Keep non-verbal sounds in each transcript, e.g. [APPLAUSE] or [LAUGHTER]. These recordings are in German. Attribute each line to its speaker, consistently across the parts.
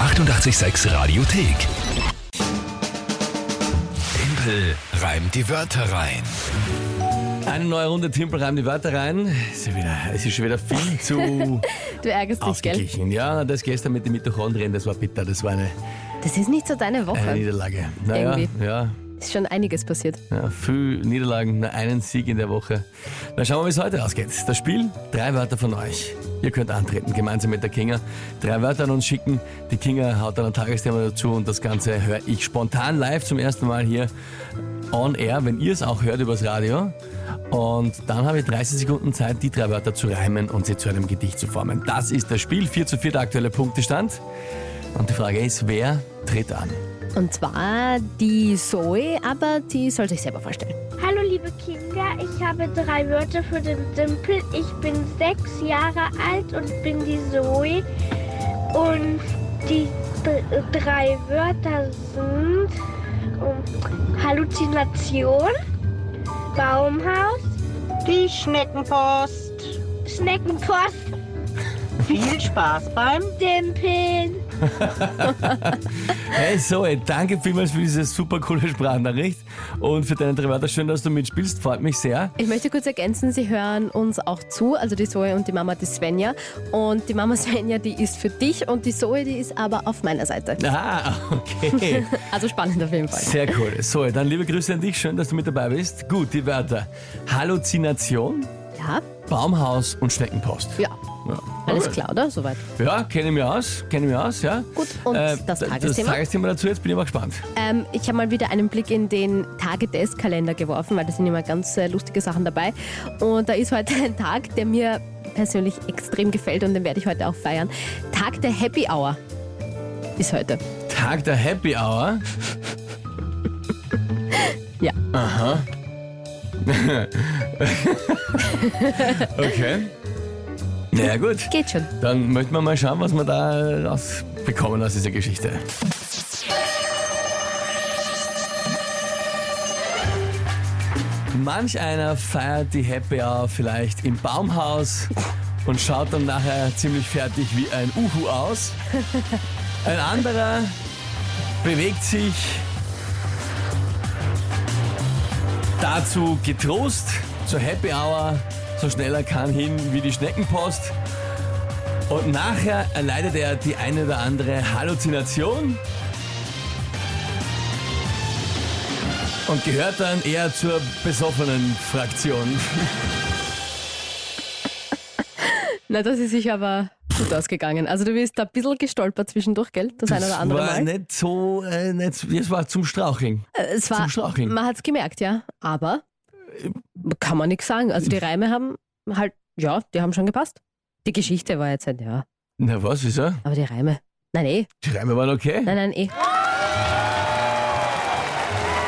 Speaker 1: 886 Radiothek. Tempel reimt die Wörter rein.
Speaker 2: Eine neue Runde Timpel reimt die Wörter rein. Ist ja wieder, es ist schon wieder
Speaker 3: [LAUGHS]
Speaker 2: viel zu
Speaker 3: Du ärgerst dich, gell?
Speaker 2: ausgeglichen. Ja, das gestern mit den Mitochondrien, das war bitter, das war eine,
Speaker 3: Das ist nicht so deine
Speaker 2: eine
Speaker 3: Woche.
Speaker 2: Niederlage. Naja,
Speaker 3: Irgendwie.
Speaker 2: ja,
Speaker 3: Ist schon einiges passiert.
Speaker 2: ja, viel Niederlagen, nur einen Sieg in der Woche. Dann schauen wir, wie es heute ausgeht. Das Spiel, drei Wörter von euch. Ihr könnt antreten, gemeinsam mit der Kinga. Drei Wörter an uns schicken. Die Kinga haut dann ein Tagesthema dazu und das Ganze höre ich spontan live zum ersten Mal hier on air, wenn ihr es auch hört übers Radio. Und dann habe ich 30 Sekunden Zeit, die drei Wörter zu reimen und sie zu einem Gedicht zu formen. Das ist das Spiel. 4 zu 4 der aktuelle Punktestand. Und die Frage ist, wer tritt an?
Speaker 3: Und zwar die Zoe, aber die soll sich selber vorstellen.
Speaker 4: Hallo liebe Kinder, ich habe drei Wörter für den Dimpel. Ich bin sechs Jahre alt und bin die Zoe. Und die b- drei Wörter sind ähm, Halluzination, Baumhaus,
Speaker 5: Die Schneckenpost.
Speaker 4: Schneckenpost,
Speaker 5: Viel Spaß beim
Speaker 4: Dimpeln.
Speaker 2: Hey Zoe, danke vielmals für diese super coole Sprachnachricht und für deine drei Wörter. Schön, dass du mitspielst, freut mich sehr.
Speaker 3: Ich möchte kurz ergänzen, sie hören uns auch zu, also die Zoe und die Mama, die Svenja. Und die Mama [LAUGHS] Svenja, die ist für dich und die Zoe, die ist aber auf meiner Seite.
Speaker 2: Ah,
Speaker 3: [LAUGHS]
Speaker 2: okay.
Speaker 3: Also spannend auf jeden Fall.
Speaker 2: Sehr cool. Zoe, dann liebe Grüße an dich, schön, dass du mit dabei bist. Gut, die Wörter. Halluzination,
Speaker 3: Ja,
Speaker 2: Baumhaus und Schneckenpost.
Speaker 3: ja.
Speaker 2: Oh, Ja,
Speaker 3: Alles
Speaker 2: okay.
Speaker 3: klar, oder? Soweit.
Speaker 2: Ja, kenne ich mich aus, kenne ich mich aus, ja. Äh,
Speaker 3: Gut, und das
Speaker 2: d-
Speaker 3: Tagesthema?
Speaker 2: Das Tagesthema dazu, jetzt bin ich mal gespannt.
Speaker 3: Ähm, ich habe mal wieder einen Blick in den Tage-Des-Kalender geworfen, weil da sind immer ganz äh, lustige Sachen dabei. Und da ist heute ein Tag, der mir persönlich extrem gefällt und den werde ich heute auch feiern. Tag der Happy Hour ist heute.
Speaker 2: Tag der Happy Hour.
Speaker 3: Ja.
Speaker 2: Aha. [LAUGHS] okay. Naja gut.
Speaker 3: Geht schon.
Speaker 2: Dann möchten wir mal schauen, was wir da rausbekommen aus dieser Geschichte. Manch einer feiert die Happy Hour vielleicht im Baumhaus und schaut dann nachher ziemlich fertig wie ein Uhu aus. Ein anderer bewegt sich dazu getrost zur Happy Hour, so schnell er kann hin wie die Schneckenpost. Und nachher erleidet er die eine oder andere Halluzination und gehört dann eher zur besoffenen Fraktion.
Speaker 3: Na, das ist sich aber gut ausgegangen. Also du bist da ein bisschen gestolpert zwischendurch, gell? Das, ein oder andere
Speaker 2: war
Speaker 3: Mal.
Speaker 2: nicht so, äh, nicht, so- es war zum Straucheln.
Speaker 3: Äh, es war,
Speaker 2: zum Straucheln.
Speaker 3: man hat's gemerkt, ja. Aber kann man nichts sagen. Also die Reime haben halt, ja, die haben schon gepasst. Die Geschichte war jetzt halt, ja.
Speaker 2: Na was, wieso?
Speaker 3: Aber die Reime. Nein, eh.
Speaker 2: Die Reime waren okay.
Speaker 3: Nein, nein, eh.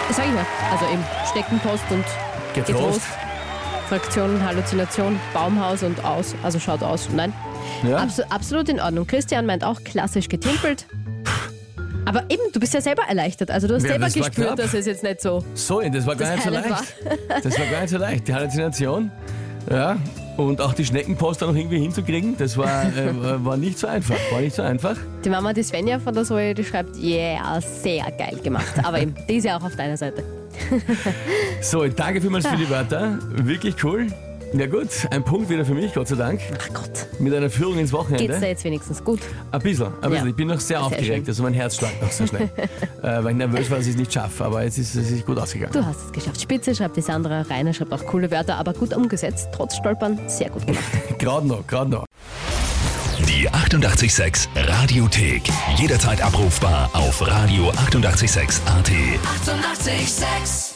Speaker 3: Das sag ich mal. Also eben Steckenpost und Getrost. Fraktionen, Halluzination, Baumhaus und aus. Also schaut aus. Nein.
Speaker 2: Ja?
Speaker 3: Abs absolut in Ordnung. Christian meint auch klassisch getimpelt. Aber eben, du bist ja selber erleichtert. Also du hast
Speaker 2: Ja,
Speaker 3: selber
Speaker 2: das war knapp.
Speaker 3: gespürt, dass es jetzt nicht so.
Speaker 2: So, das war gar
Speaker 3: Das
Speaker 2: nicht so
Speaker 3: Highlight
Speaker 2: leicht.
Speaker 3: [LAUGHS]
Speaker 2: Das war gar nicht so leicht. Die Halluzination. Ja. Und auch die Schneckenpost da noch irgendwie hinzukriegen, das war, äh, war nicht so einfach. War nicht so einfach.
Speaker 3: Die Mama, die Svenja von der Zoe, die schreibt, yeah, sehr geil gemacht. Aber eben, die ist ja auch auf deiner Seite.
Speaker 2: So, danke vielmals für
Speaker 3: [LAUGHS]
Speaker 2: die Wörter. Wirklich cool. Ja gut, ein Punkt wieder für mich, Gott sei Dank.
Speaker 3: Ach Gott,
Speaker 2: Mit einer Führung ins
Speaker 3: geht's da
Speaker 2: Wochenende.
Speaker 3: jetzt wenigstens gut?
Speaker 2: Ein bisschen, ein bisschen.
Speaker 3: Ja.
Speaker 2: Ich bin noch sehr,
Speaker 3: Sehr
Speaker 2: aufgeregt,
Speaker 3: schön.
Speaker 2: also mein Herz schlägt noch sehr
Speaker 3: [LAUGHS]
Speaker 2: schnell. äh, weil ich nervös war, dass ich es nicht schaffe, aber jetzt ist es ist gut ausgegangen.
Speaker 3: Du hast es geschafft. Spitze schreibt die Sandra, Rainer schreibt auch coole Wörter, aber gut umgesetzt, trotz Stolpern, sehr gut gemacht.
Speaker 2: Gerade noch, gerade noch.
Speaker 1: Die 886 Radiothek. Jederzeit abrufbar auf radio886.at. 886!
Speaker 6: 886